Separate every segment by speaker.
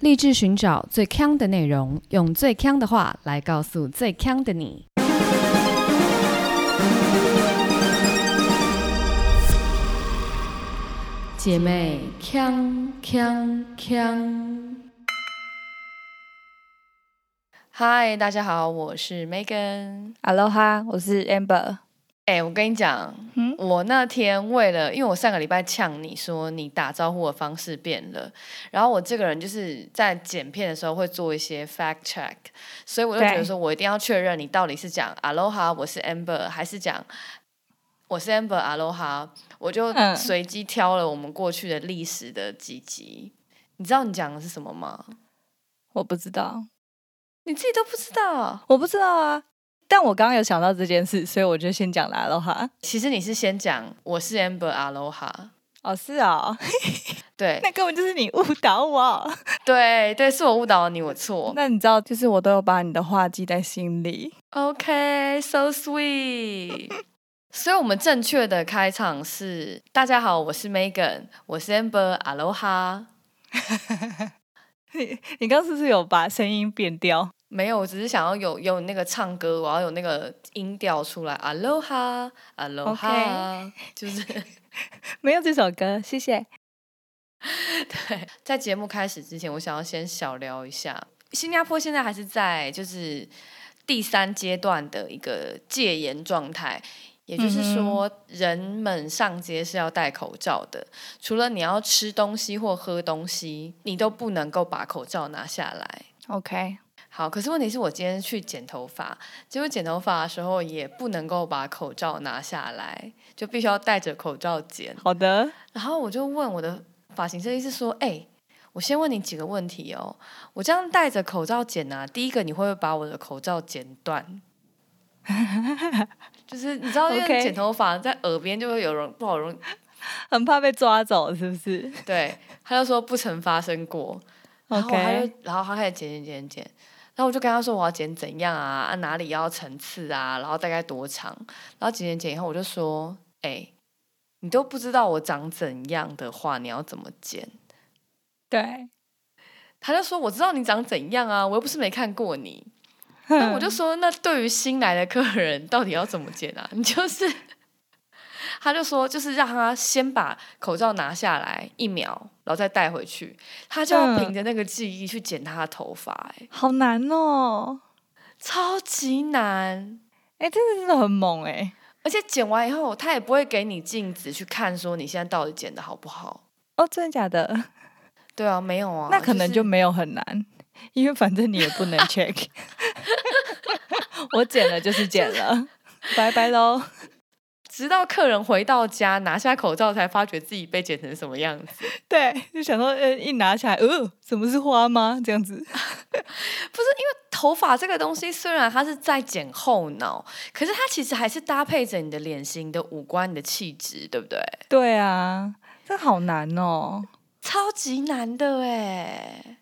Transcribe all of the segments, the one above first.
Speaker 1: 立志寻找最强的内容，用最强的话来告诉最强的你。姐妹，强强强！嗨，大家好，我是 Megan。
Speaker 2: Aloha，我是 Amber。
Speaker 1: 哎、我跟你讲，
Speaker 2: 嗯
Speaker 1: 我那天为了，因为我上个礼拜呛你说你打招呼的方式变了，然后我这个人就是在剪片的时候会做一些 fact check，所以我就觉得
Speaker 2: 对
Speaker 1: 说我一定要确认你到底是讲 aloha 我是 amber 还是讲我是 amber aloha，我就
Speaker 2: 嗯
Speaker 1: 随机挑了我们过去的历史的几集，你知道你讲的是什么吗？
Speaker 2: 我不知道，
Speaker 1: 你自己都不知道，
Speaker 2: 我不知道啊。但我刚刚有想到这件事，所以我就先讲了 Aloha。
Speaker 1: 其实你是先讲我是 amber aloha，
Speaker 2: 哦，是哦，
Speaker 1: 对
Speaker 2: 那根本就是你误导我。
Speaker 1: 对对，是我误导了你，我错。
Speaker 2: 那你知道，就是我都有把你的话记在心里。
Speaker 1: OK，so、sweet。所以， 我们正确的开场是：大家好，我是 Megan，我是 Amber Aloha。
Speaker 2: 你 你刚刚是不是有把声音变掉？
Speaker 1: 没有，我只是想要有有那个唱歌，我要有那个音调出来，Aloha Aloha，就是
Speaker 2: 没有这首歌，谢谢。
Speaker 1: 对。在节目开始之前，我想要先小聊一下，新加坡现在还是在就是第三阶段的一个戒严状态，也就是说，人们上街是要戴口罩的。除了你要吃东西或喝东西，你都不能够把口罩拿下来。
Speaker 2: OK，
Speaker 1: 好，可是问题是我今天去剪头发，结果剪头发的时候也不能够把口罩拿下来，就必须要戴着口罩剪。
Speaker 2: 好的。
Speaker 1: 然后我就问我的发型设计师说：“哎、我先问你几个问题哦，我这样戴着口罩剪啊，第一个你会不会把我的口罩剪断？” 就是你知道，因为
Speaker 2: OK
Speaker 1: 剪头发在耳边就会有人不好容易
Speaker 2: 很怕被抓走，是不是
Speaker 1: 对，他就说不曾发生过。然后他就
Speaker 2: ？OK，，
Speaker 1: 然后他开始剪剪剪剪，然后我就跟他说我要剪怎样啊，啊哪里要层次啊，然后大概多长，然后剪剪剪以后我就说，哎、你都不知道我长怎样的话，你要怎么剪？
Speaker 2: 对，
Speaker 1: 他就说我知道你长怎样啊，我又不是没看过你。那我就说，那对于新来的客人，到底要怎么剪啊？你就是，他就说，就是让他先把口罩拿下来一秒，然后再戴回去。他就要
Speaker 2: 嗯
Speaker 1: 凭着那个记忆去剪他的头发、哎，
Speaker 2: 好难哦。
Speaker 1: 超级难。
Speaker 2: 哎，真的真的很猛哎。
Speaker 1: 而且剪完以后，他也不会给你镜子去看，说你现在到底剪的好不好。
Speaker 2: 哦，真的假的？
Speaker 1: 对啊，没有啊，
Speaker 2: 那可能
Speaker 1: 是
Speaker 2: 哦就没有很难，因为反正你也不能 check。我剪了就是剪了，拜拜喽。
Speaker 1: 直到客人回到家拿下口罩，才发觉自己被剪成什么样子。
Speaker 2: 对，就想说，呃，一拿起来，呃，什么是花吗？这样子。
Speaker 1: 头发这个东西虽然它是在剪后脑，可是它其实还是搭配着你的脸型、你的五官、你的气质，对不对？
Speaker 2: 对啊，这好难哦。
Speaker 1: 超级难的哎！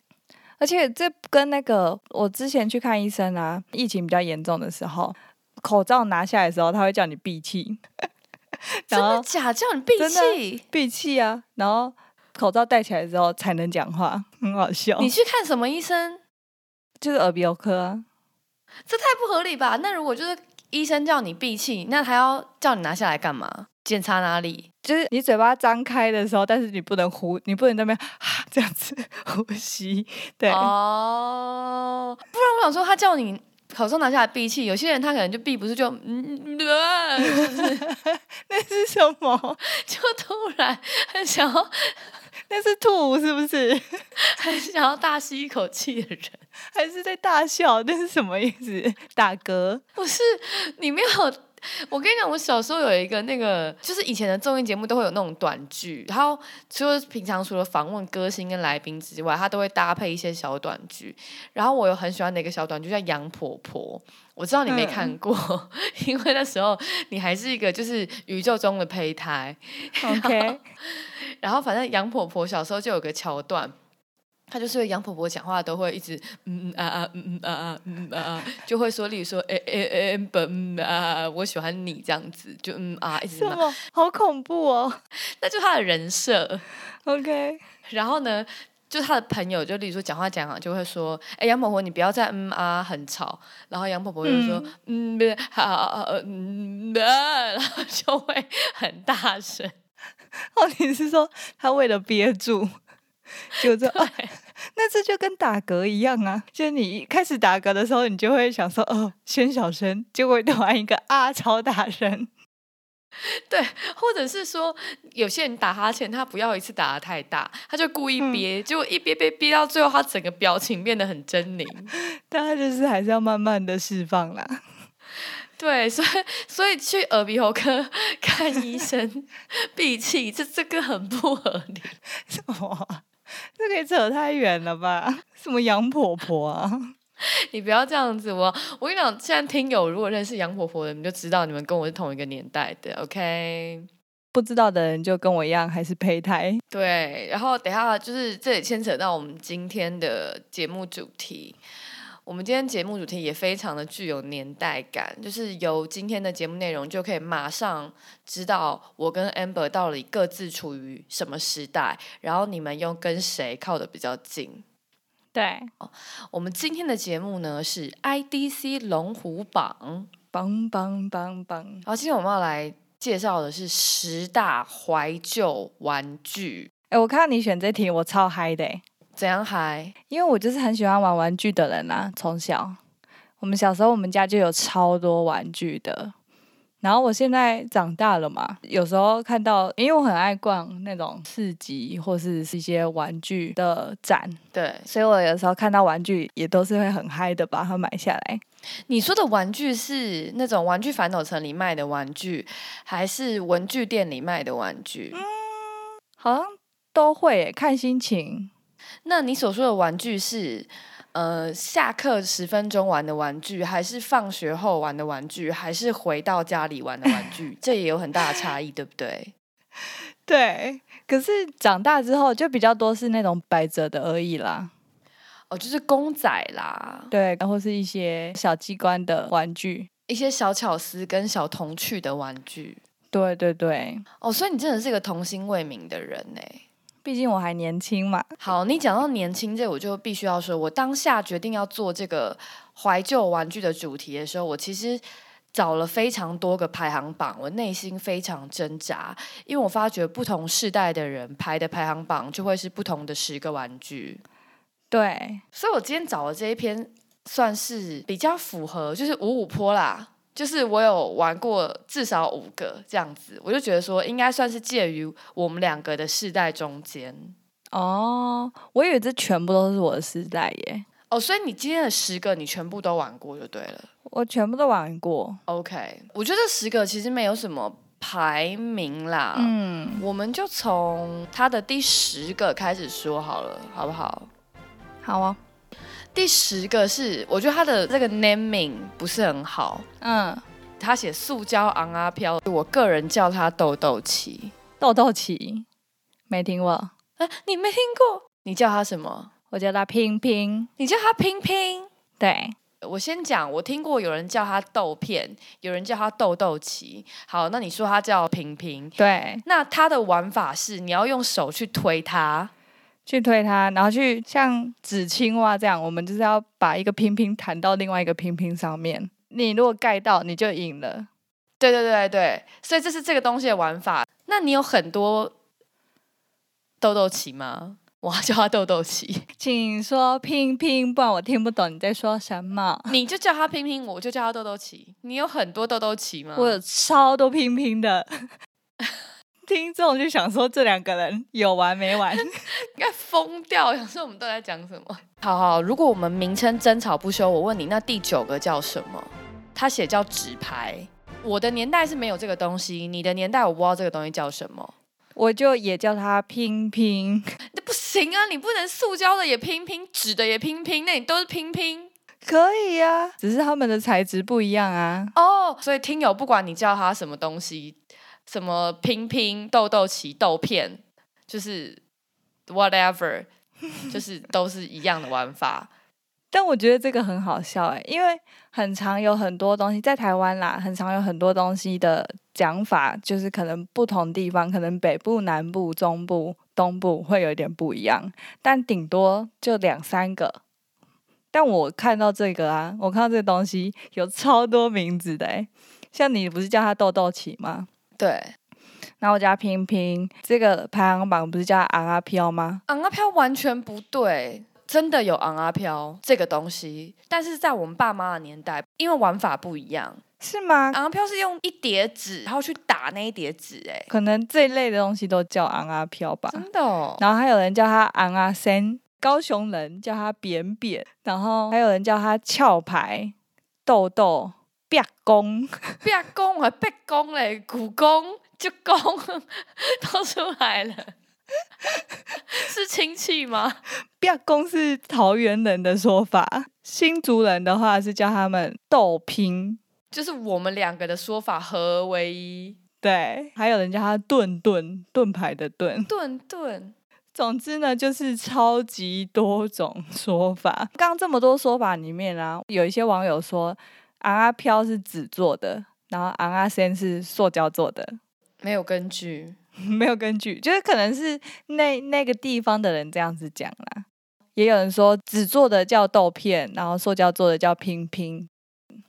Speaker 2: 而且这跟那个我之前去看医生啊，疫情比较严重的时候，口罩拿下来的时候，他会叫你闭气，
Speaker 1: 真
Speaker 2: 然
Speaker 1: 的
Speaker 2: 后
Speaker 1: 假？叫你闭
Speaker 2: 真的
Speaker 1: 气？
Speaker 2: 闭气啊，然后口罩戴起来之后才能讲话，很好笑。
Speaker 1: 你去看什么医生？
Speaker 2: 就是耳鼻喉科啊。
Speaker 1: 这太不合理吧？那如果就是医生叫你闭气，那还要叫你拿下来干嘛？检查哪里？
Speaker 2: 就是你嘴巴张开的时候，但是你不能呼，你不能在那边这样子 呼吸。对，
Speaker 1: 哦，不然我想说，他叫你口罩拿下来闭气，有些人他可能就闭不是就嗯嗯嗯嗯
Speaker 2: 那是什么？
Speaker 1: 就突然很想要
Speaker 2: 那是吐是不是？
Speaker 1: 很想要大吸一口气的人，
Speaker 2: 还是在大笑？那是什么意思？打嗝？
Speaker 1: 不是你没有。我跟你讲，我小时候有一个那个，就是以前的综艺节目都会有那种短剧，然后除了平常除了访问歌星跟来宾之外，他都会搭配一些小短剧。然后我有很喜欢的一个小短剧叫《杨婆婆》，我知道你没看过， 因为那时候你还是一个就是宇宙中的胚胎。
Speaker 2: OK，
Speaker 1: 然后反正杨婆婆小时候就有个桥段，她就是杨婆婆讲话都会一直嗯嗯啊啊嗯嗯啊啊嗯嗯啊啊，就会说，例如说哎哎哎哎本嗯啊啊，啊我喜欢你这样子，就嗯啊一直
Speaker 2: 什
Speaker 1: 骂，
Speaker 2: 么？好恐怖哦。
Speaker 1: 那就是她的人设。
Speaker 2: OK，
Speaker 1: 然后呢，就他的朋友，就例如说讲话讲好，就会说，哎，杨婆婆你不要再嗯啊很吵，然后杨婆婆就说，嗯，不是，好、啊，嗯啊，然后就会很大声，
Speaker 2: 哦，你是说他为了憋住，就这、啊，那这就跟打嗝一样啊，就是你一开始打嗝的时候，你就会想说，哦，先小声，结果突然一个啊，超大声，
Speaker 1: 对，或者是说有些人打哈欠，他不要一次打的太大，他就故意憋，结果一憋憋憋到最后，他整个表情变得很狰狞。
Speaker 2: 但他就是还是要慢慢的释放啦。
Speaker 1: 对，所以所以去耳鼻喉科看医生 闭气，这这个很不合理。
Speaker 2: 哇，啊这可以扯太远了吧？什么杨婆婆啊？
Speaker 1: 你不要这样子，我我跟你讲，现在听友如果认识杨婆婆的，你们就知道你们跟我是同一个年代的，OK？
Speaker 2: 不知道的人就跟我一样，还是胚胎。
Speaker 1: 对，然后等一下就是这也牵扯到我们今天的节目主题。我们今天节目主题也非常的具有年代感，就是由今天的节目内容就可以马上知道我跟 Amber 到底各自处于什么时代，然后你们又跟谁靠的比较近。
Speaker 2: 对，
Speaker 1: 我们今天的节目呢是 IDC 龙虎榜，
Speaker 2: 棒棒棒棒
Speaker 1: 然！后今天我们要来介绍的是十大怀旧玩具，
Speaker 2: 哎、我看到你选这题，我超嗨的、欸，
Speaker 1: 怎样还？
Speaker 2: 因为我就是很喜欢玩玩具的人啊，从小。我们小时候，我们家就有超多玩具的。然后我现在长大了嘛，有时候看到，因为我很爱逛那种市集或是是一些玩具的展，
Speaker 1: 对，
Speaker 2: 所以我有时候看到玩具也都是会很嗨的把它买下来。
Speaker 1: 你说的玩具是那种玩具反斗城里卖的玩具，还是文具店里卖的玩具？
Speaker 2: 好像都会耶、看心情。
Speaker 1: 那你所说的玩具是，呃，下课十分钟玩的玩具，还是放学后玩的玩具，还是回到家里玩的玩具？ 这也有很大的差异，对不对？
Speaker 2: 对，可是长大之后就比较多是那种摆着的而已啦。
Speaker 1: 哦，就是公仔啦，
Speaker 2: 对，或是一些小机关的玩具。
Speaker 1: 一些小巧思跟小童趣的玩具。
Speaker 2: 对对对，
Speaker 1: 哦，所以你真的是一个童心未泯的人欸呢。
Speaker 2: 毕竟我还年轻嘛。
Speaker 1: 好，你讲到年轻这，我就必须要说，我当下决定要做这个怀旧玩具的主题的时候，我其实找了非常多个排行榜，我内心非常挣扎，因为我发觉不同世代的人排的排行榜就会是不同的十个玩具，
Speaker 2: 对，
Speaker 1: 所以我今天找的这一篇算是比较符合，就是五五坡啦。就是我有玩过至少五个这样子，我就觉得说应该算是介于我们两个的世代中间。
Speaker 2: 哦，我以为这全部都是我的时代耶，
Speaker 1: 哦，所以你今天的十个你全部都玩过就对了。
Speaker 2: 我全部都玩过。
Speaker 1: OK，我觉得这十个其实没有什么排名啦，
Speaker 2: 嗯，
Speaker 1: 我们就从它的第十个开始说好了，好不好？
Speaker 2: 好啊，
Speaker 1: 第十个是，我觉得它的这个 naming 不是很好，
Speaker 2: 嗯，
Speaker 1: 它写塑胶昂啊飘，我个人叫它豆豆棋。
Speaker 2: 豆豆棋没听过，
Speaker 1: 哎、你没听过？你叫它什么？
Speaker 2: 我叫它拼拼。
Speaker 1: 你叫它拼拼。
Speaker 2: 对，
Speaker 1: 我先讲，我听过有人叫它豆片，有人叫它豆豆棋。好，那你说它叫平平，
Speaker 2: 对，
Speaker 1: 那它的玩法是你要用手去推它，
Speaker 2: 去推它，然后去像纸青蛙这样，我们就是要把一个拼拼弹到另外一个拼拼上面。你如果盖到，你就赢了。
Speaker 1: 对对对对，所以这是这个东西的玩法。那你有很多豆豆棋吗？我要叫它豆豆棋，
Speaker 2: 请说拼拼，不然我听不懂你在说什么。
Speaker 1: 你就叫它拼拼，我就叫它豆豆棋。你有很多豆豆棋吗？
Speaker 2: 我有超多拼拼的， 听众就想说这两个人有完没完？
Speaker 1: 应该疯掉，想说我们都在讲什么。好好，如果我们名称争吵不休，我问你，那第九个叫什么？他写叫纸牌。我的年代是没有这个东西，你的年代我不知道这个东西叫什么。
Speaker 2: 我就也叫他拼拼，
Speaker 1: 那不行啊，你不能塑胶的也拼拼，纸的也拼拼，那你都是拼拼
Speaker 2: 可以呀、只是他们的材质不一样啊。
Speaker 1: 哦。所以听友不管你叫它什么东西，什么拼拼、豆豆棋、豆片，就是 whatever，就是都是一样的玩法。
Speaker 2: 但我觉得这个很好笑哎、因为很常有很多东西在台湾啦，很常有很多东西的讲法，就是可能不同地方，可能北部、南部、中部、东部会有一点不一样，但顶多就两三个。但我看到这个啊，我看到这个东西有超多名字的、欸，像你不是叫它豆豆起吗？
Speaker 1: 对，
Speaker 2: 然后我叫它拼拼，这个排行榜不是叫它昂啊飘吗？
Speaker 1: 昂阿飘完全不对，真的有昂阿啊飘这个东西，但是在我们爸妈的年代，因为玩法不一样，
Speaker 2: 是吗？
Speaker 1: 昂阿啊飘是用一叠纸，然后去打那一叠纸、哎，
Speaker 2: 可能这一类的东西都叫昂啊飘吧。
Speaker 1: 真的、哦，
Speaker 2: 然后还有人叫它昂啊森，高雄人叫它扁扁，然后还有人叫它翘牌、豆豆、壁公，
Speaker 1: 壁公还壁公嘞，古公、舅公 都出来了， 是亲戚吗？
Speaker 2: 壁公是桃园人的说法，新竹人的话是叫他们豆拼，
Speaker 1: 就是我们两个的说法合为一。
Speaker 2: 对，还有人叫它盾盾盾牌的盾。
Speaker 1: 顿顿，
Speaker 2: 总之呢，就是超级多种说法。刚刚这么多说法里面啊，有一些网友说昂阿飘是纸做的，然后昂阿仙是塑胶做的，
Speaker 1: 没有根据。
Speaker 2: 没有根据，就是可能是那那个地方的人这样子讲啦。也有人说纸做的叫豆片，然后塑胶做的叫拼拼。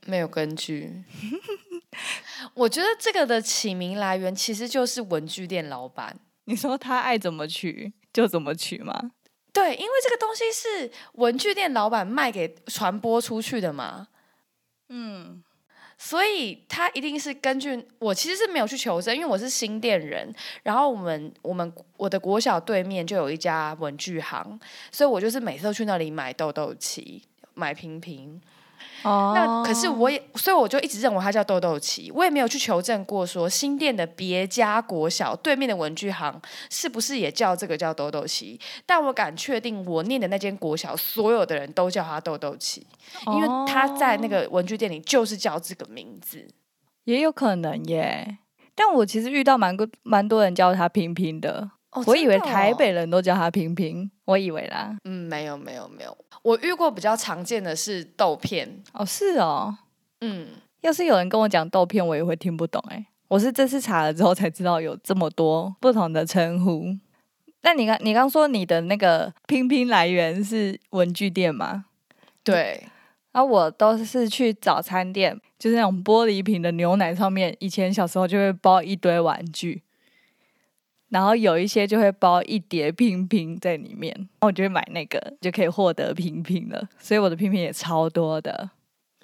Speaker 1: 没有根据。 我觉得这个的起名来源其实就是文具店老板。
Speaker 2: 你说他爱怎么取就怎么取吗？
Speaker 1: 对，因为这个东西是文具店老板卖给传播出去的嘛，
Speaker 2: 嗯，
Speaker 1: 所以他一定是根据我其实是没有去求证，因为我是新店人。然后我们我们我的国小对面就有一家文具行，所以我就是每次都去那里买豆豆棋、买平平。
Speaker 2: 哦
Speaker 1: 那可是我也，所以我就一直认为它叫豆豆旗，我也没有去求证过说新店的别家国小对面的文具行是不是也叫这个叫豆豆旗，但我敢确定，我念的那间国小所有的人都叫它豆豆旗，因为它在那
Speaker 2: 哦
Speaker 1: 个文具店里就是叫这个名字。
Speaker 2: 也有可能耶。但我其实遇到蛮多蛮多人叫他拼拼的，
Speaker 1: 哦
Speaker 2: 我以为
Speaker 1: 真的哦
Speaker 2: 台北人都叫他拼拼，我以为啦。
Speaker 1: 嗯，没有没有没有，我遇过比较常见的是豆片，
Speaker 2: 哦，是哦。
Speaker 1: 嗯，
Speaker 2: 要是有人跟我讲豆片，我也会听不懂哎、我是这次查了之后才知道有这么多不同的称呼。那你刚你刚说你的那个拼拼来源是文具店吗？
Speaker 1: 对，
Speaker 2: 啊，我都是去早餐店，就是那种玻璃瓶的牛奶上面，以前小时候就会包一堆玩具，然后有一些就会包一叠拼拼在里面，然后我就会买那个，就可以获得拼拼了。所以我的拼拼也超多的。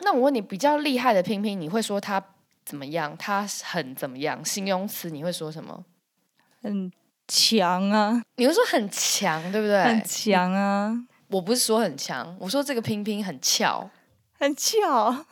Speaker 1: 那我问你，比较厉害的拼拼，你会说它怎么样？它很怎么样？形容词你会说什么？
Speaker 2: 很强啊，
Speaker 1: 你会说很强，对不对？
Speaker 2: 很强啊，
Speaker 1: 我不是说很强，我说这个拼拼很翘，
Speaker 2: 很翘，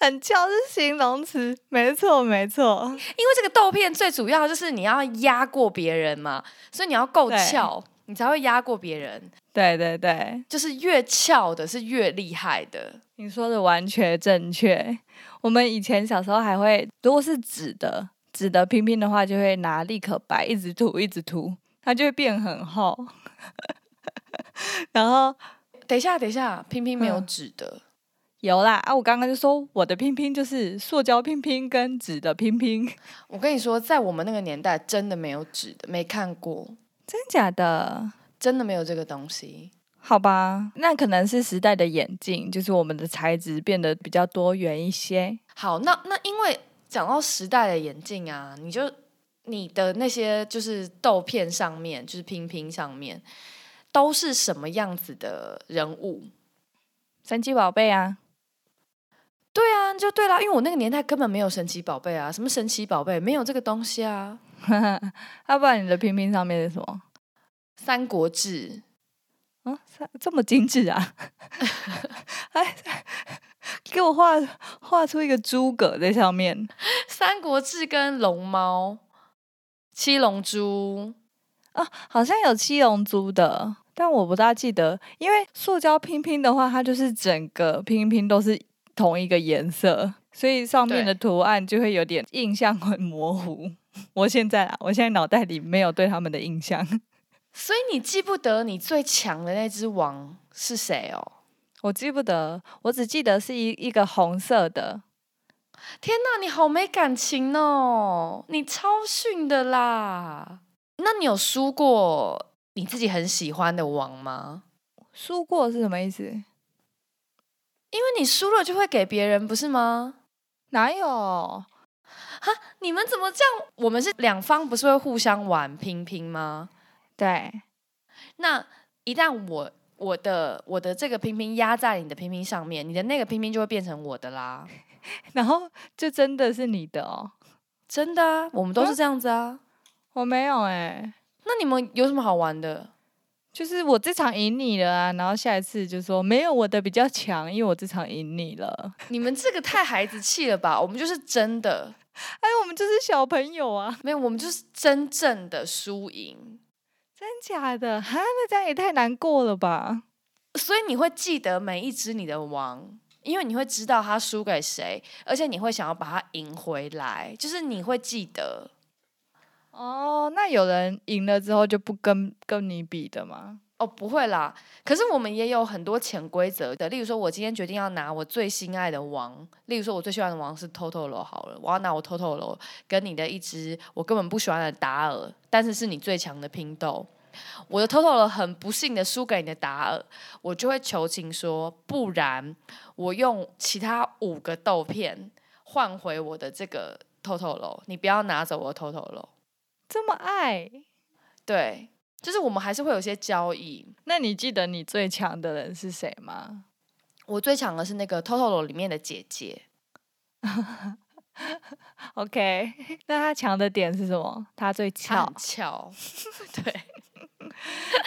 Speaker 2: 很翘是形容词，没错没错，
Speaker 1: 因为这个豆片最主要就是你要压过别人嘛，所以你要够
Speaker 2: 对
Speaker 1: 翘，你才会压过别人。
Speaker 2: 对对对，
Speaker 1: 就是越翘的是越厉害的。
Speaker 2: 你说的完全正确。我们以前小时候还会，如果是纸的纸的拼拼的话，就会拿立可白一直涂一直涂，它就会变很厚。 然后
Speaker 1: 等一下，等一下，拼拼没有
Speaker 2: 嗯
Speaker 1: 纸的，
Speaker 2: 有啦啊，我刚刚就说我的拼拼就是塑胶拼拼跟纸的拼拼，
Speaker 1: 我跟你说，在我们那个年代真的没有纸的，没看过，
Speaker 2: 真假的？
Speaker 1: 真的没有这个东西。
Speaker 2: 好吧，那可能是时代的演进，就是我们的材质变得比较多元一些。
Speaker 1: 好，那那因为讲到时代的演进啊，你就你的那些就是豆片上面，就是拼拼上面，都是什么样子的人物？
Speaker 2: 神奇宝贝啊，
Speaker 1: 对啊，就对啦，因为我那个年代根本没有神奇宝贝啊，什么神奇宝贝没有这个东西啊，
Speaker 2: 要、啊不然你的拼拼上面是什么？
Speaker 1: 《三国志》
Speaker 2: 啊，三这么精致啊！哎，给我画画出一个诸葛在上面
Speaker 1: 《三国志》跟龙猫、七龙珠，
Speaker 2: 啊，好像有七龙珠的，但我不大记得，因为塑胶拼拼的话，它就是整个拼拼都是同一个颜色，所以上面
Speaker 1: 对
Speaker 2: 的图案就会有点印象很模糊。我现在啊，我现在脑袋里没有对他们的印象，
Speaker 1: 所以你记不得你最强的那只王是谁哦？
Speaker 2: 我记不得，我只记得是一一个红色的，
Speaker 1: 天呐，你好没感情哦！你超逊的啦！那你有输过你自己很喜欢的王吗？
Speaker 2: 输过是什么意思？
Speaker 1: 因为你输了就会给别人，不是吗？
Speaker 2: 哪有？
Speaker 1: 你们怎么这样？我们是两方，不是会互相玩拼拼吗？
Speaker 2: 对，
Speaker 1: 那一旦我我的我的这个拼拼压在你的拼拼上面，你的那个拼拼就会变成我的啦。
Speaker 2: 然后就真的是你的哦，
Speaker 1: 真的啊，我们都是这样子啊。
Speaker 2: 我没有哎、
Speaker 1: 那你们有什么好玩的？
Speaker 2: 就是我这场赢你了啊，然后下一次就说没有我的比较强，因为我这场赢你了。
Speaker 1: 你们这个太孩子气了吧？我们就是真的，
Speaker 2: 哎，我们就是小朋友啊，
Speaker 1: 没有，我们就是真正的输赢。
Speaker 2: 真假的哈？那这样也太难过了吧？
Speaker 1: 所以你会记得每一只你的王，因为你会知道他输给谁，而且你会想要把它赢回来，就是你会记得。
Speaker 2: 哦，那有人赢了之后就不跟跟你比的吗？
Speaker 1: 哦，不会啦。可是我们也有很多潜规则的，例如说，我今天决定要拿我最心爱的王，例如说，我最喜欢的王是 Toto 楼好了，我要拿我 Toto 楼跟你的一只我根本不喜欢的达尔，但是是你最强的拼斗。我的 Toto 楼很不幸的输给你的达尔，我就会求情说，不然我用其他五个豆片换回我的这个 Toto 楼，你不要拿走我的 Toto 楼。
Speaker 2: 这么爱，
Speaker 1: 对，就是我们还是会有一些交易。
Speaker 2: 那你记得你最强的人是谁吗？
Speaker 1: 我最强的是那个《Totoro》里面的姐姐，
Speaker 2: OK，那 他强的点是什么？他最
Speaker 1: 她
Speaker 2: 翘
Speaker 1: 很。巧， 对，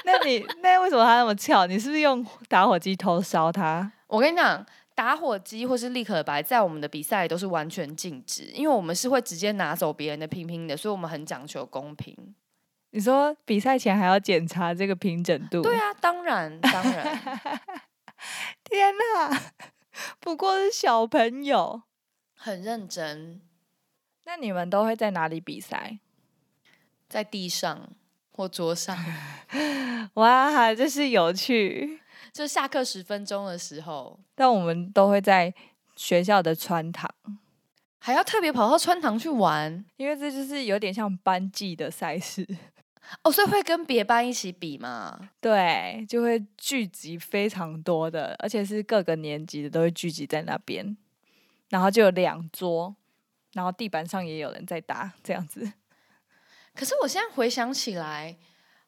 Speaker 2: 那你那为什么他那么翘？你是不是用打火机头烧他？
Speaker 1: 我跟你讲，打火机或是立可白在我们的比赛里都是完全禁止，因为我们是会直接拿走别人的拼拼的，所以我们很讲求公平。
Speaker 2: 你说比赛前还要检查这个平整度？
Speaker 1: 对，啊，当然，当然，
Speaker 2: 天哪，不过是小朋友。
Speaker 1: 很认真，
Speaker 2: 那你们都会在哪里比赛？
Speaker 1: 在地上或桌上，
Speaker 2: 哇，真是有趣。
Speaker 1: 就下课十分钟的时候，
Speaker 2: 但我们都会在学校的穿堂，
Speaker 1: 还要特别跑到穿堂去玩
Speaker 2: 因为这就是有点像班级的赛事。
Speaker 1: 哦，所以会跟别班一起比嘛？
Speaker 2: 对，就会聚集非常多的，而且是各个年级的都会聚集在那边，然后就有两桌，然后地板上也有人在打，这样子。
Speaker 1: 可是我现在回想起来，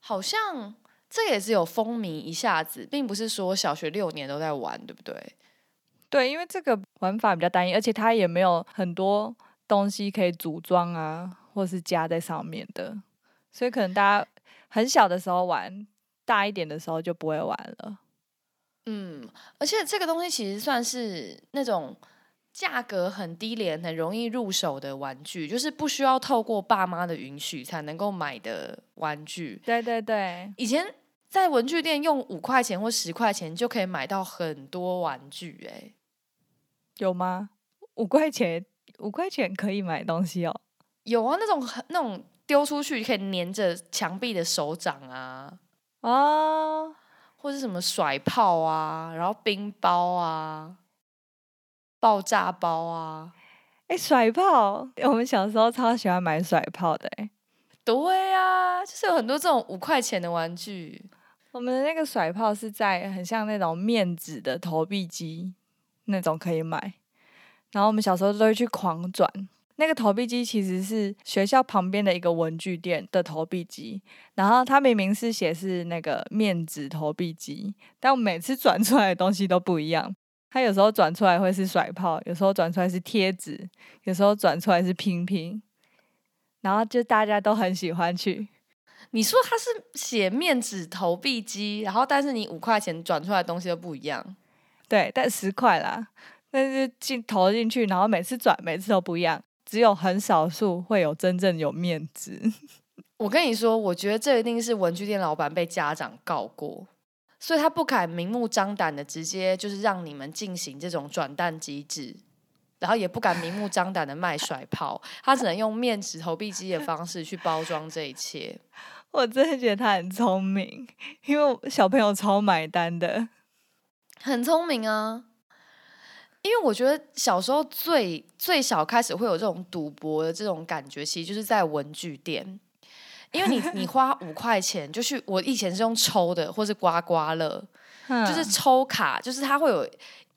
Speaker 1: 好像这也只有风靡一下子，并不是说小学六年都在玩，对不对？
Speaker 2: 对，因为这个玩法比较单一，而且它也没有很多东西可以组装啊，或是加在上面的，所以可能大家很小的时候玩，大一点的时候就不会玩了。
Speaker 1: 嗯，而且这个东西其实算是那种价格很低廉、很容易入手的玩具，就是不需要透过爸妈的允许才能够买的玩具。
Speaker 2: 对对对，
Speaker 1: 以前在文具店用五块钱或十块钱就可以买到很多玩具、欸，
Speaker 2: 有吗？五块钱，五块钱可以买东西哦。
Speaker 1: 有啊，那种很那种丢出去可以粘着墙壁的手掌啊，
Speaker 2: 哦，
Speaker 1: 或是什么甩炮啊，然后冰包啊，爆炸包啊，
Speaker 2: 哎、甩炮！我们小时候超喜欢买甩炮的、欸，
Speaker 1: 对啊，就是有很多这种五块钱的玩具。
Speaker 2: 我们的那个甩炮是在很像那种面纸的投币机那种可以买，然后我们小时候都会去狂转。那个投币机其实是学校旁边的一个文具店的投币机，然后它明明是写是那个面纸投币机，但我每次转出来的东西都不一样。它有时候转出来会是甩炮，有时候转出来是贴纸，有时候转出来是拼拼，然后就大家都很喜欢去。
Speaker 1: 你说它是写面纸投币机，然后但是你五块钱转出来的东西都不一样，
Speaker 2: 对，但十块啦，但是进投进去，然后每次转每次都不一样，只有很少数会有真正有面子。
Speaker 1: 我跟你说，我觉得这一定是文具店老板被家长告过，所以他不敢明目张胆的直接就是让你们进行这种转蛋机制，然后也不敢明目张胆的卖甩炮，他只能用面纸投币机的方式去包装这一切。
Speaker 2: 我真的觉得他很聪明，因为我小朋友超买单的。
Speaker 1: 很聪明啊。因为我觉得小时候最最小开始会有这种赌博的这种感觉，其实就是在文具店。因为你你花五块钱就去，我以前是用抽的或是刮刮乐，就
Speaker 2: 就是
Speaker 1: 抽卡，就是它会有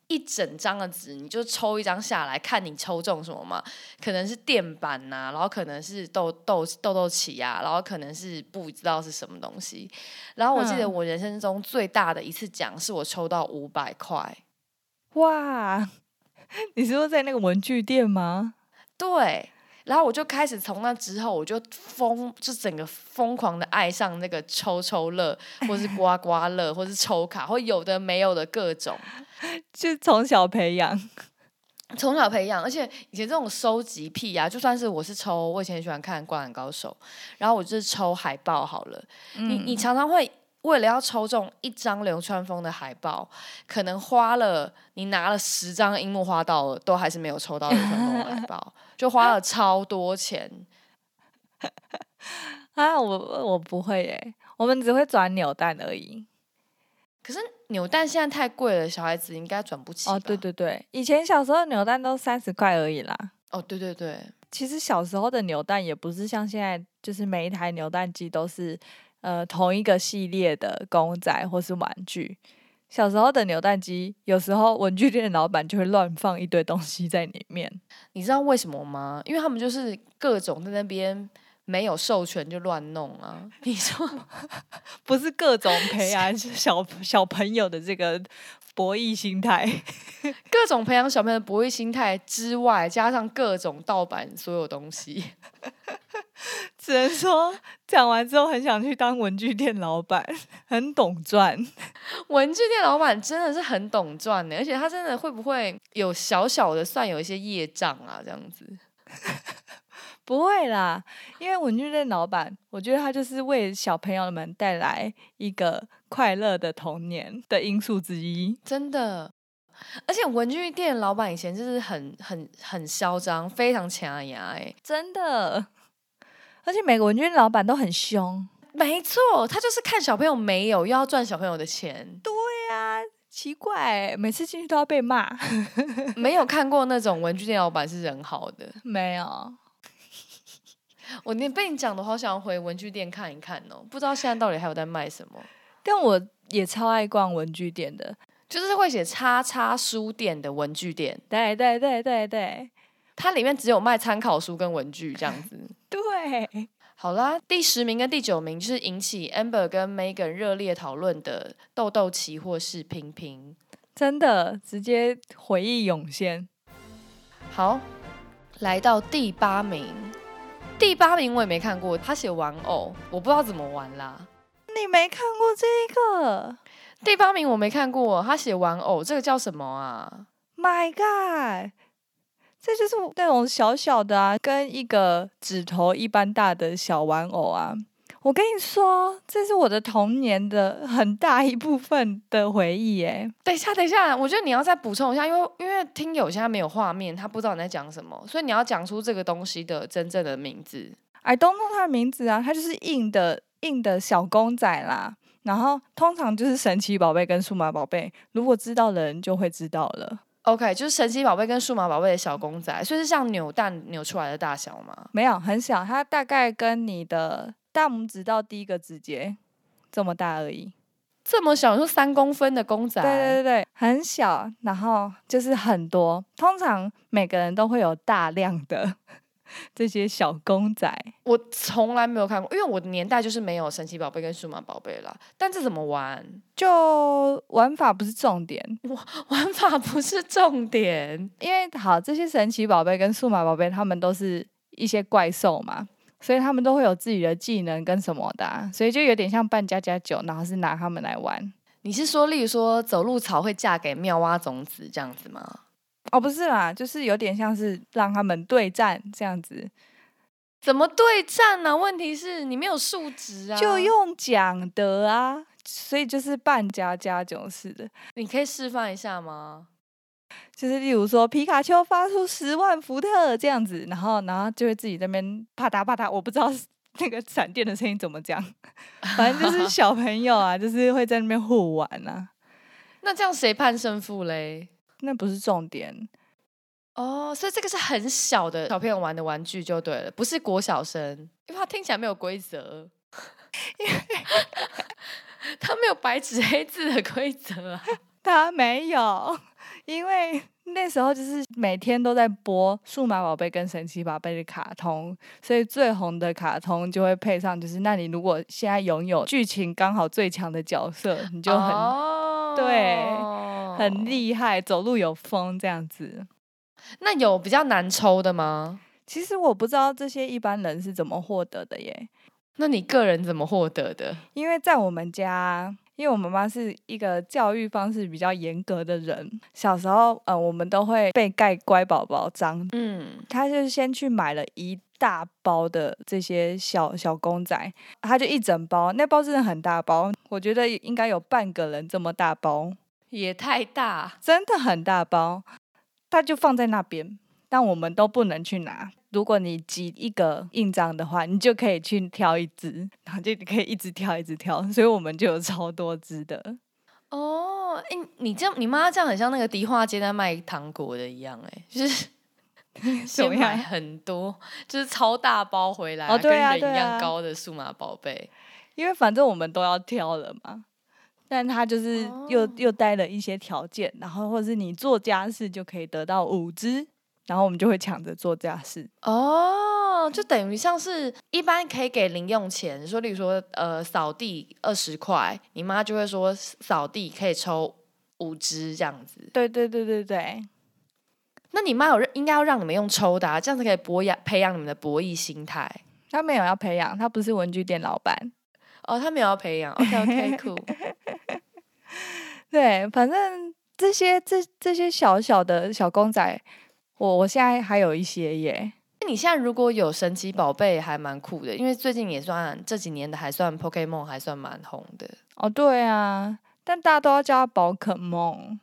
Speaker 1: 一整张的纸，你就抽一张下来，看你抽中什么嘛。可能是电板呐、然后可能是豆豆豆豆棋呀、然后可能是不知道是什么东西。然后我记得
Speaker 2: 嗯
Speaker 1: 我人生中最大的一次奖是我抽到五百块，
Speaker 2: 哇， 你是说在那个文具店吗？
Speaker 1: 对。然后我就开始从那之后，我就疯，就整个疯狂的爱上那个抽抽乐，或是刮刮乐，或是抽卡，或有的没有的各种。
Speaker 2: 就从小培养，
Speaker 1: 从小培养，而且以前这种收集癖啊，就算是我是抽，我以前很喜欢看《灌篮高手》，然后我就是抽海报好了。
Speaker 2: 嗯
Speaker 1: 你你常常会为了要抽中一张流川枫的海报，可能花了你拿了十张樱木花道了，都还是没有抽到流川枫的海报，就花了超多钱。
Speaker 2: 啊，我我不会耶、我们只会转扭蛋而已。
Speaker 1: 可是扭蛋现在太贵了，小孩子应该转不起吧。
Speaker 2: 哦，对对对，以前小时候扭蛋都三十块而已啦。
Speaker 1: 哦对对对，
Speaker 2: 其实小时候的扭蛋也不是像现在，就是每一台扭蛋机都是呃同一个系列的公仔或是玩具。小时候的扭蛋机，有时候文具店的老板就会乱放一堆东西在里面。
Speaker 1: 你知道为什么吗？因为他们就是各种在那边没有授权就乱弄啊。 你说。
Speaker 2: 不是各种培养小小朋友的这个博弈心态。
Speaker 1: 各种培养小朋友的博弈心态之外，加上各种盗版所有东西，
Speaker 2: 只能说讲完之后很想去当文具店老板，很懂赚。
Speaker 1: 文具店老板真的是很懂赚欸的，而且他真的会不会有小小的算有一些业障啊？这样子，
Speaker 2: 不会啦，因为文具店老板，我觉得他就是为小朋友们带来一个快乐的童年的因素之一。
Speaker 1: 真的。而且文具店老板以前就是很很很嚣张，非常强牙哎，
Speaker 2: 真的，而且每个文具店老板都很凶。
Speaker 1: 没错，他就是看小朋友没有，又要赚小朋友的 钱。
Speaker 2: 对啊，奇怪、每次进去都要被骂。
Speaker 1: 没有看过那种文具店老板是人好的，
Speaker 2: 没有，
Speaker 1: 我你被你讲的好想回文具店看一看哦，不知道现在到底还有在卖什么。
Speaker 2: 但我也超爱逛文具店的。
Speaker 1: 就是会写“叉叉书店”的文具店，
Speaker 2: 对对对对对
Speaker 1: 它里面只有卖参考书跟文具这样子。
Speaker 2: 对，
Speaker 1: 好啦，第十名跟第九名就是引起 Amber 跟 Megan 热烈讨论的豆豆期货是平平。
Speaker 2: 真的直接回忆涌现。
Speaker 1: 好，来到第八名，第八名我也没看过，他写玩偶，我不知道怎么玩啦。
Speaker 2: 你没看过这个
Speaker 1: 第八名我没看过，他写玩偶，这个叫什么啊？
Speaker 2: ？My God！这就是那种小小的啊，跟一个指头一般大的小玩偶啊。我跟你说，这是我的童年的很大一部分的回忆耶。
Speaker 1: 等一下，等一下，我觉得你要再补充一下，因为因为听友现在没有画面，他不知道你在讲什么，所以你要讲出这个东西的真正的名字。
Speaker 2: I don't know 它的名字啊，它就是硬的硬的小公仔啦。然后通常就是神奇宝贝跟数码宝贝，如果知道的人就会知道了。
Speaker 1: OK，就是神奇宝贝跟数码宝贝的小公仔，所以是像扭蛋扭出来的大小吗？
Speaker 2: 没有很小，它大概跟你的大拇指到第一个指节这么大而已。
Speaker 1: 这么小，就三公分的公仔，
Speaker 2: 对对对对，很小，然后就是很多，通常每个人都会有大量的 这些小公仔。
Speaker 1: 我从来没有看过，因为我的年代就是没有神奇宝贝跟数码宝贝啦。但这怎么玩？
Speaker 2: 就玩法不是重点，
Speaker 1: 玩法不是重点，
Speaker 2: 因为好这些神奇宝贝跟数码宝贝，他们都是一些怪兽嘛，所以他们都会有自己的技能跟什么的啊、所以就有点像扮家家酒，然后是拿他们来玩。
Speaker 1: 你是说，例如说走路草会嫁给妙蛙种子这样子吗？
Speaker 2: 哦，不是啦，就是有点像是让他们对战这样子，
Speaker 1: 怎么对战呢、问题是你没有数值啊，
Speaker 2: 就用讲的啊，所以就是扮家家酒似的，
Speaker 1: 你可以示范一下吗？
Speaker 2: 就是例如说皮卡丘发出十万伏特这样子，然后然后就会自己在那边啪嗒啪嗒，我不知道是那个闪电的声音怎么讲，反正就是小朋友啊，就是会在那边互玩啊，
Speaker 1: 那这样谁判胜负嘞？
Speaker 2: 那不是重点。
Speaker 1: 哦，所以这个是很小的小朋友玩的玩具就对了，不是国小生，因为它听起来没有规 则，因为它没有白纸黑字的规则 啊。
Speaker 2: 他没有，因为那时候就是每天都在播《数码宝贝》跟《神奇宝贝》的卡通，所以最红的卡通就会配上，就是那你如果现在拥有剧情刚好最强的角色，你就很、
Speaker 1: 哦
Speaker 2: 对很。厉害，走路有风这样子。
Speaker 1: 那有比较难抽的吗？
Speaker 2: 其实我不知道这些一般人是怎么获得的耶，
Speaker 1: 那你个人怎么获得的？
Speaker 2: 因为在我们家，因为我妈妈是一个教育方式比较严格的人，小时候呃，我们都会被盖乖宝宝章，
Speaker 1: 嗯，
Speaker 2: 她就是先去买了一大包的这些小小公仔，她就一整包，那包真的很大包，我觉得应该有半个人这么大包，
Speaker 1: 也太大
Speaker 2: 真的很大包，它就放在那边，但我们都不能去拿。如果你集一个印章的话，你就可以去挑一只，然后就你可以一直挑一直挑，所以我们就有超多只的。
Speaker 1: 哦。哎、你这样，你妈这样很像那个迪化街在卖糖果的一样、哎，就是
Speaker 2: 怎
Speaker 1: 先
Speaker 2: 么
Speaker 1: 买
Speaker 2: 样？
Speaker 1: 很多，就是超大包回来、
Speaker 2: 哦对啊
Speaker 1: 跟人一
Speaker 2: 对啊
Speaker 1: 样高的数码宝贝。
Speaker 2: 因为反正我们都要挑了嘛。但他就是又、
Speaker 1: 哦
Speaker 2: 又带了一些条件，然后或者是你做家事就可以得到五只，然后我们就会抢着做家事。
Speaker 1: 哦，就等于像是一般可以给零用钱，说例如说呃扫地二十块，你妈就会说扫地可以抽五支这样子。
Speaker 2: 对对对对对，
Speaker 1: 那你妈有让应该要让你们用抽的、啊，这样子可以博养培养你们的博弈心态。
Speaker 2: 他没有要培养，他不是文具店老板，
Speaker 1: 哦，他没有要培养。OK OK cool。
Speaker 2: 对，反正这些这这些小小的小公仔，我我现在还有一些耶。
Speaker 1: 那你现在如果有神奇宝贝，还蛮酷的，因为最近也算这几年的还算 Pokemon 还算蛮红的。
Speaker 2: 哦，对啊，但大家都要叫它宝可梦。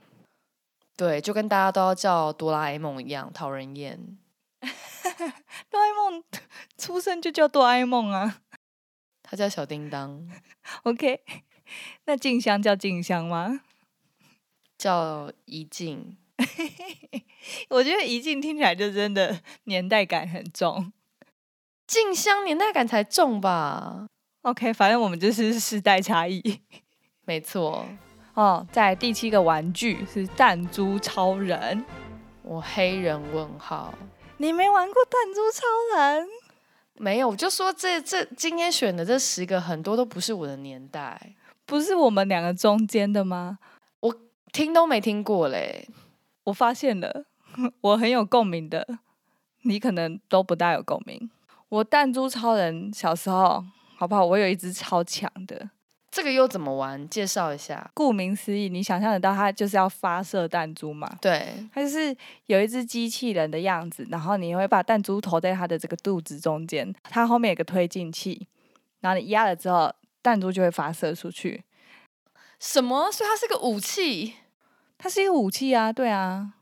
Speaker 1: 对，就跟大家都要叫哆啦 A 梦一样，讨人厌。
Speaker 2: 哆啦 A 梦出生就叫哆啦 A 梦啊。
Speaker 1: 他叫小叮当，
Speaker 2: OK，那 静香叫静香吗？
Speaker 1: 叫怡静。
Speaker 2: 我觉得一静听起来就真的年代感很重。
Speaker 1: 静香年代感才重吧？
Speaker 2: OK，反正我们就是 世代差异。
Speaker 1: 没错，
Speaker 2: 哦，在第七个玩具是弹珠超人，
Speaker 1: 我黑人问号
Speaker 2: 你没玩过弹珠超人？
Speaker 1: 没有，我就说这这今天选的这十个很多都不是我的年代，
Speaker 2: 不是我们两个中间的吗？
Speaker 1: 听都没听过嘞。
Speaker 2: 我发现了， 我很有共鸣的，你可能都不大有共鸣。我弹珠超人小时候，好不好？我有一只超强的，
Speaker 1: 这个又怎么玩？介绍一下。
Speaker 2: 顾名思义，你想象得到它就是要发射弹珠嘛？
Speaker 1: 对，
Speaker 2: 它就是有一只机器人的样子，然后你会把弹珠投在它的这个肚子中间，它后面有个推进器，然后你压了之后，弹珠就会发射出去。
Speaker 1: 什么？所以它是个武器，
Speaker 2: 它是一个武器啊，对啊。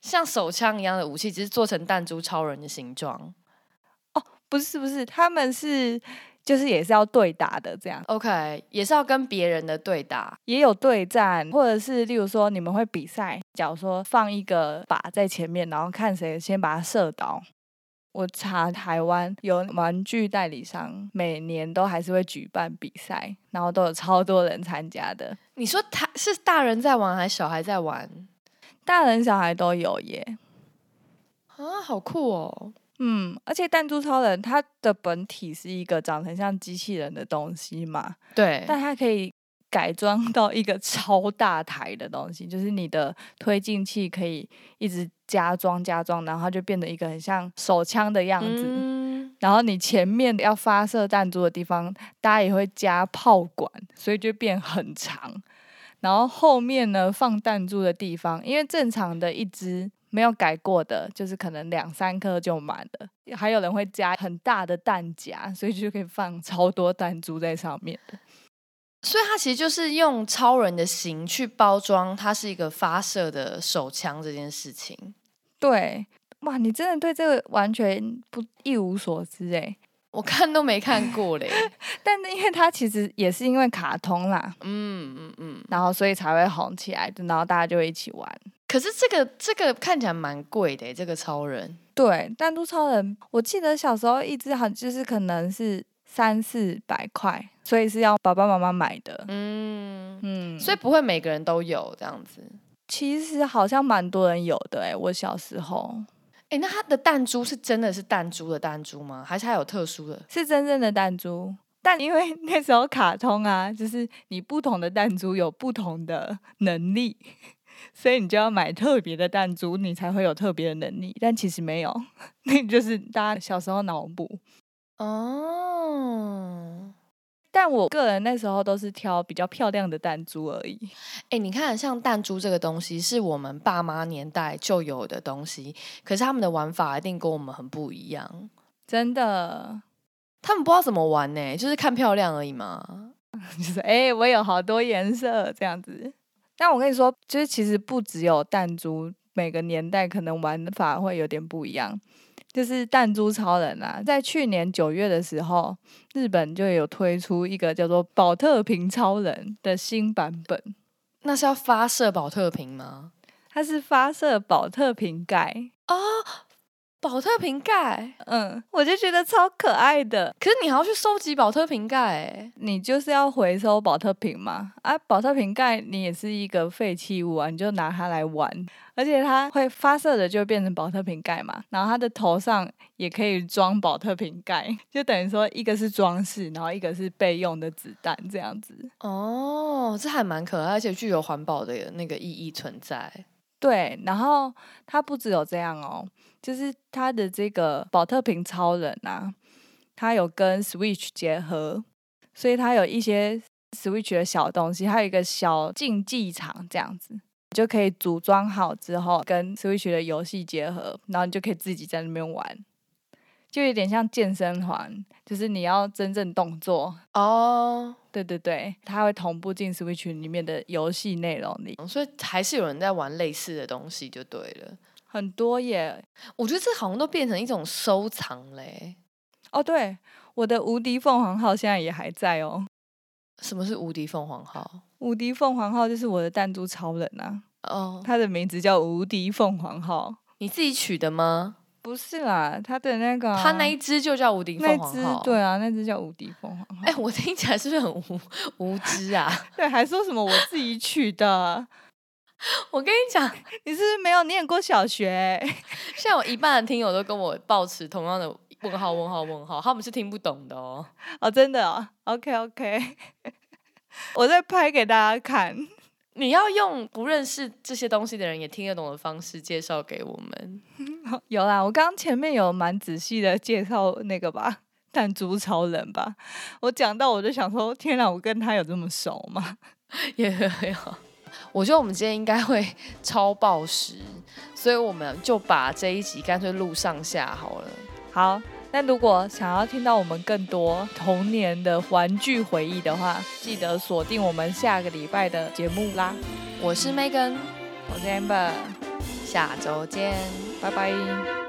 Speaker 1: 像手枪一样的武器，只是做成弹珠超人的形状。
Speaker 2: 不是不是，他们是就是也是要对打的这样，
Speaker 1: OK，也是要跟别人的对打。
Speaker 2: 也有对战，或者是例如说你们会比赛，假如说放一个靶在前面，然后看谁先把它射倒。我查台湾有玩具代理商，每年都还是会举办比赛，然后都有超多人参加的，
Speaker 1: 你说他是大人在玩还是小孩在玩
Speaker 2: 大人小孩都有耶。
Speaker 1: 啊？好酷哦！
Speaker 2: 嗯，而且弹珠超人它的本体是一个长得很像机器人的东西嘛，
Speaker 1: 对，
Speaker 2: 但它可以改装 到一个超大台的东西，就是你的推进器可以一直加装加装，然后它就变得一个很像手枪的样子。
Speaker 1: 嗯
Speaker 2: 然后你前面要发射弹珠的地方，大家也会加炮管，所以就变很长。然后后面呢放弹珠的地方，因为正常的一支没有改过的，就是可能两三颗就满了。还有人会加很大的弹夹，所以就可以放超多弹珠在上面。
Speaker 1: 所以它其实就是用超人的形去包装，它是一个发射的手枪这件事情。
Speaker 2: 对，哇，你真的对这个完全不一无所知哎。
Speaker 1: 我看都没看过 嘞。
Speaker 2: 但是因为它其实也是因为卡通啦，
Speaker 1: 嗯嗯嗯，
Speaker 2: 然后所以才会红起来，然后大家就会一起玩。
Speaker 1: 可是这个这个看起来蛮贵的耶，欸这个超人
Speaker 2: 对，弹珠超人，我记得小时候一只好像就是可能是三四百块，所以是要爸爸妈妈买的。
Speaker 1: 嗯，
Speaker 2: 嗯，
Speaker 1: 所以不会每个人都有这样子。
Speaker 2: 其实好像蛮多人有的诶、欸我小时候
Speaker 1: 哎，那它的弹珠是真的是弹珠的弹珠吗？还是它有特殊的？
Speaker 2: 是真正的弹珠，但因为 那时候卡通啊，就是你不同的弹珠有不同的能力，所以你就要买特别的弹珠，你才会有特别的能力。但其实没有，那就是大家小时候脑补。
Speaker 1: 哦，
Speaker 2: 但我个人那时候都是挑比较漂亮的弹珠而已。
Speaker 1: 哎，你看，像弹珠这个东西是我们爸妈年代就有的东西，可是他们的玩法一定跟我们很不一样。
Speaker 2: 真的，
Speaker 1: 他们不知道怎么玩呢，就是看漂亮而已嘛。
Speaker 2: 就是哎、诶我有好多颜色这样子。但我跟你说，就是其实不只有弹珠，每个年代可能玩法会有点不一样。就是弹珠超人啊，在去年九月的时候，日本就有推出一个叫做宝特瓶超人的新版本，
Speaker 1: 那是要发射保特瓶吗？
Speaker 2: 它是发射宝特瓶盖。
Speaker 1: 保特瓶盖，
Speaker 2: 嗯，我就觉得超可爱的。
Speaker 1: 可是你还要去收集保特瓶盖欸，
Speaker 2: 你就是要回收保特瓶嘛，啊，保特瓶盖你也是一个废弃物啊，你就拿它来玩，而且它会发射的就会变成保特瓶盖嘛，然后它的头上也可以装保特瓶盖，就等于说一个是装饰，然后一个是备用的子弹这样子。
Speaker 1: 哦，这还蛮可爱，而且具有环保的那个意义存在。
Speaker 2: 对，然后它不只有这样哦，就是它的这个宝特瓶超人啊，它有跟 Switch 结合，所以它有一些 Switch 的小东西，还有一个小竞技场这样子，你就可以组装好之后跟 Switch 的游戏结合，然后你就可以自己在那边玩，就有点像健身环，就是你要真正动作。
Speaker 1: 哦，
Speaker 2: 对对对，它会同步进 Switch 里面的游戏内容里，
Speaker 1: 所以还是有人在玩类似的东西就对了。
Speaker 2: 很多耶，
Speaker 1: 我觉得这好像都变成一种收藏嘞。
Speaker 2: 哦，对，我的无敌凤凰号现在也还在哦。
Speaker 1: 什么是无敌凤凰号？
Speaker 2: 无敌凤凰号就是我的弹珠超人啊，
Speaker 1: 哦，
Speaker 2: 他的名字叫无敌凤凰号，
Speaker 1: 你自己取的吗？
Speaker 2: 不是啦，他的那个啊、
Speaker 1: 它嗯那一只就叫无敌
Speaker 2: 那
Speaker 1: 凤凰
Speaker 2: 只
Speaker 1: 号。
Speaker 2: 对。啊，那只叫无敌凤凰号。
Speaker 1: 哎、我听起来是不是很无无知啊？
Speaker 2: 对，还说什么我自己取的？
Speaker 1: 我跟你讲，
Speaker 2: 你是不是没有念过小学、欸
Speaker 1: 现在有一半的听友都跟我抱持同样的问号、问号、问号，他们是听不懂的哦。
Speaker 2: 哦，真的哦。OK OK，我再拍给大家看。
Speaker 1: 你要用不认识这些东西的人也听得懂的方式介绍给我们。
Speaker 2: 有啦，我刚刚前面有蛮仔细的介绍那个吧，弹珠超人吧。我讲到我就想说，天哪，我跟他有这么熟吗？
Speaker 1: 也很好。我觉得我们今天应该会超爆时，所以我们就把这一集干脆录上下好了。
Speaker 2: 好，那如果想要听到我们更多童年的玩具回忆的话，记得锁定我们下个礼拜的节目啦。
Speaker 1: 我是 Megan，
Speaker 2: 我是 Amber，
Speaker 1: 下周见。
Speaker 2: 拜拜。